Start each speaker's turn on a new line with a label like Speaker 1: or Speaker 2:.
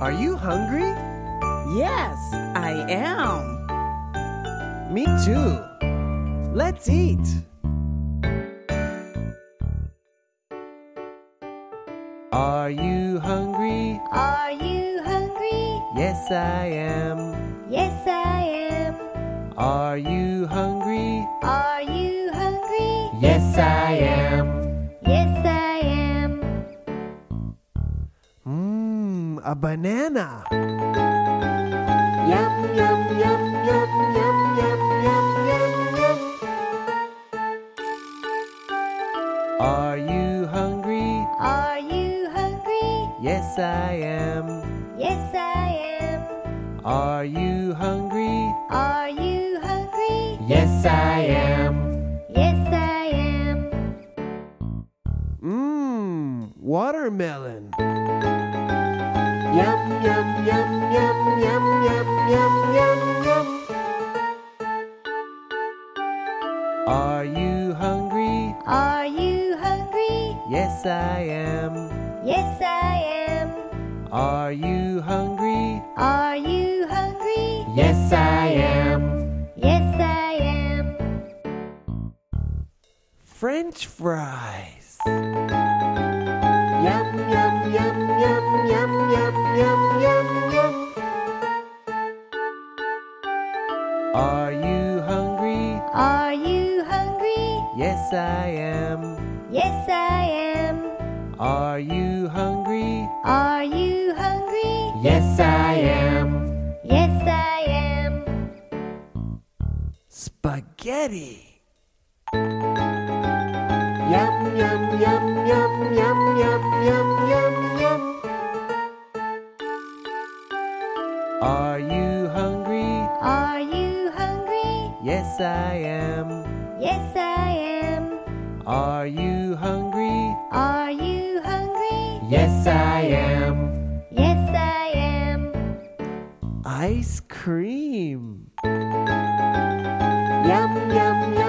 Speaker 1: Are you hungry?
Speaker 2: Yes, I am.
Speaker 1: Me too. Let's eat. Are you hungry?
Speaker 3: Are you hungry?
Speaker 1: Yes, I am.
Speaker 3: Yes, I am.
Speaker 1: Are you hungry?
Speaker 3: Are you hungry?
Speaker 1: Yes, I am.
Speaker 3: Yes, I am.
Speaker 1: Mmm, a banana.
Speaker 3: Yum, yum, yum, yum, yum, yum, yum, yum, yum.
Speaker 1: Are you hungry?
Speaker 3: Are you hungry?
Speaker 1: Yes, I am.
Speaker 3: Yes, I am.
Speaker 1: Are you hungry?
Speaker 3: Are you hungry?
Speaker 1: Yes, I am.
Speaker 3: Yes, I am.
Speaker 1: Mmm, watermelon.
Speaker 3: Yum, yum, yum, yum, yum, yum, yum, yum, yum.
Speaker 1: Are you hungry?
Speaker 3: Are you hungry?
Speaker 1: Yes, I am.
Speaker 3: Yes, I am.
Speaker 1: Are you hungry?
Speaker 3: Are you hungry?
Speaker 1: Yes, I am.
Speaker 3: Yes, I am.
Speaker 1: French fries.
Speaker 3: Yum, yum, yum, yum, yum, yum, yum, yum, yum.
Speaker 1: Are you hungry?
Speaker 3: Are you hungry?
Speaker 1: Yes, I am.
Speaker 3: Yes, I am.
Speaker 1: Are you hungry?
Speaker 3: Are you hungry?
Speaker 1: Yes, I am.
Speaker 3: Yes, I am.
Speaker 1: Spaghetti.
Speaker 3: Yum, yum, yum, yum, yum, yum, yum, yum, yum.
Speaker 1: Are you hungry?
Speaker 3: Are you hungry?
Speaker 1: Yes, I am.
Speaker 3: Yes, I am.
Speaker 1: Are you hungry?
Speaker 3: Are you hungry?
Speaker 1: Yes, I am.
Speaker 3: Yes, I am.
Speaker 1: Ice cream.
Speaker 3: Yum, yum, yum,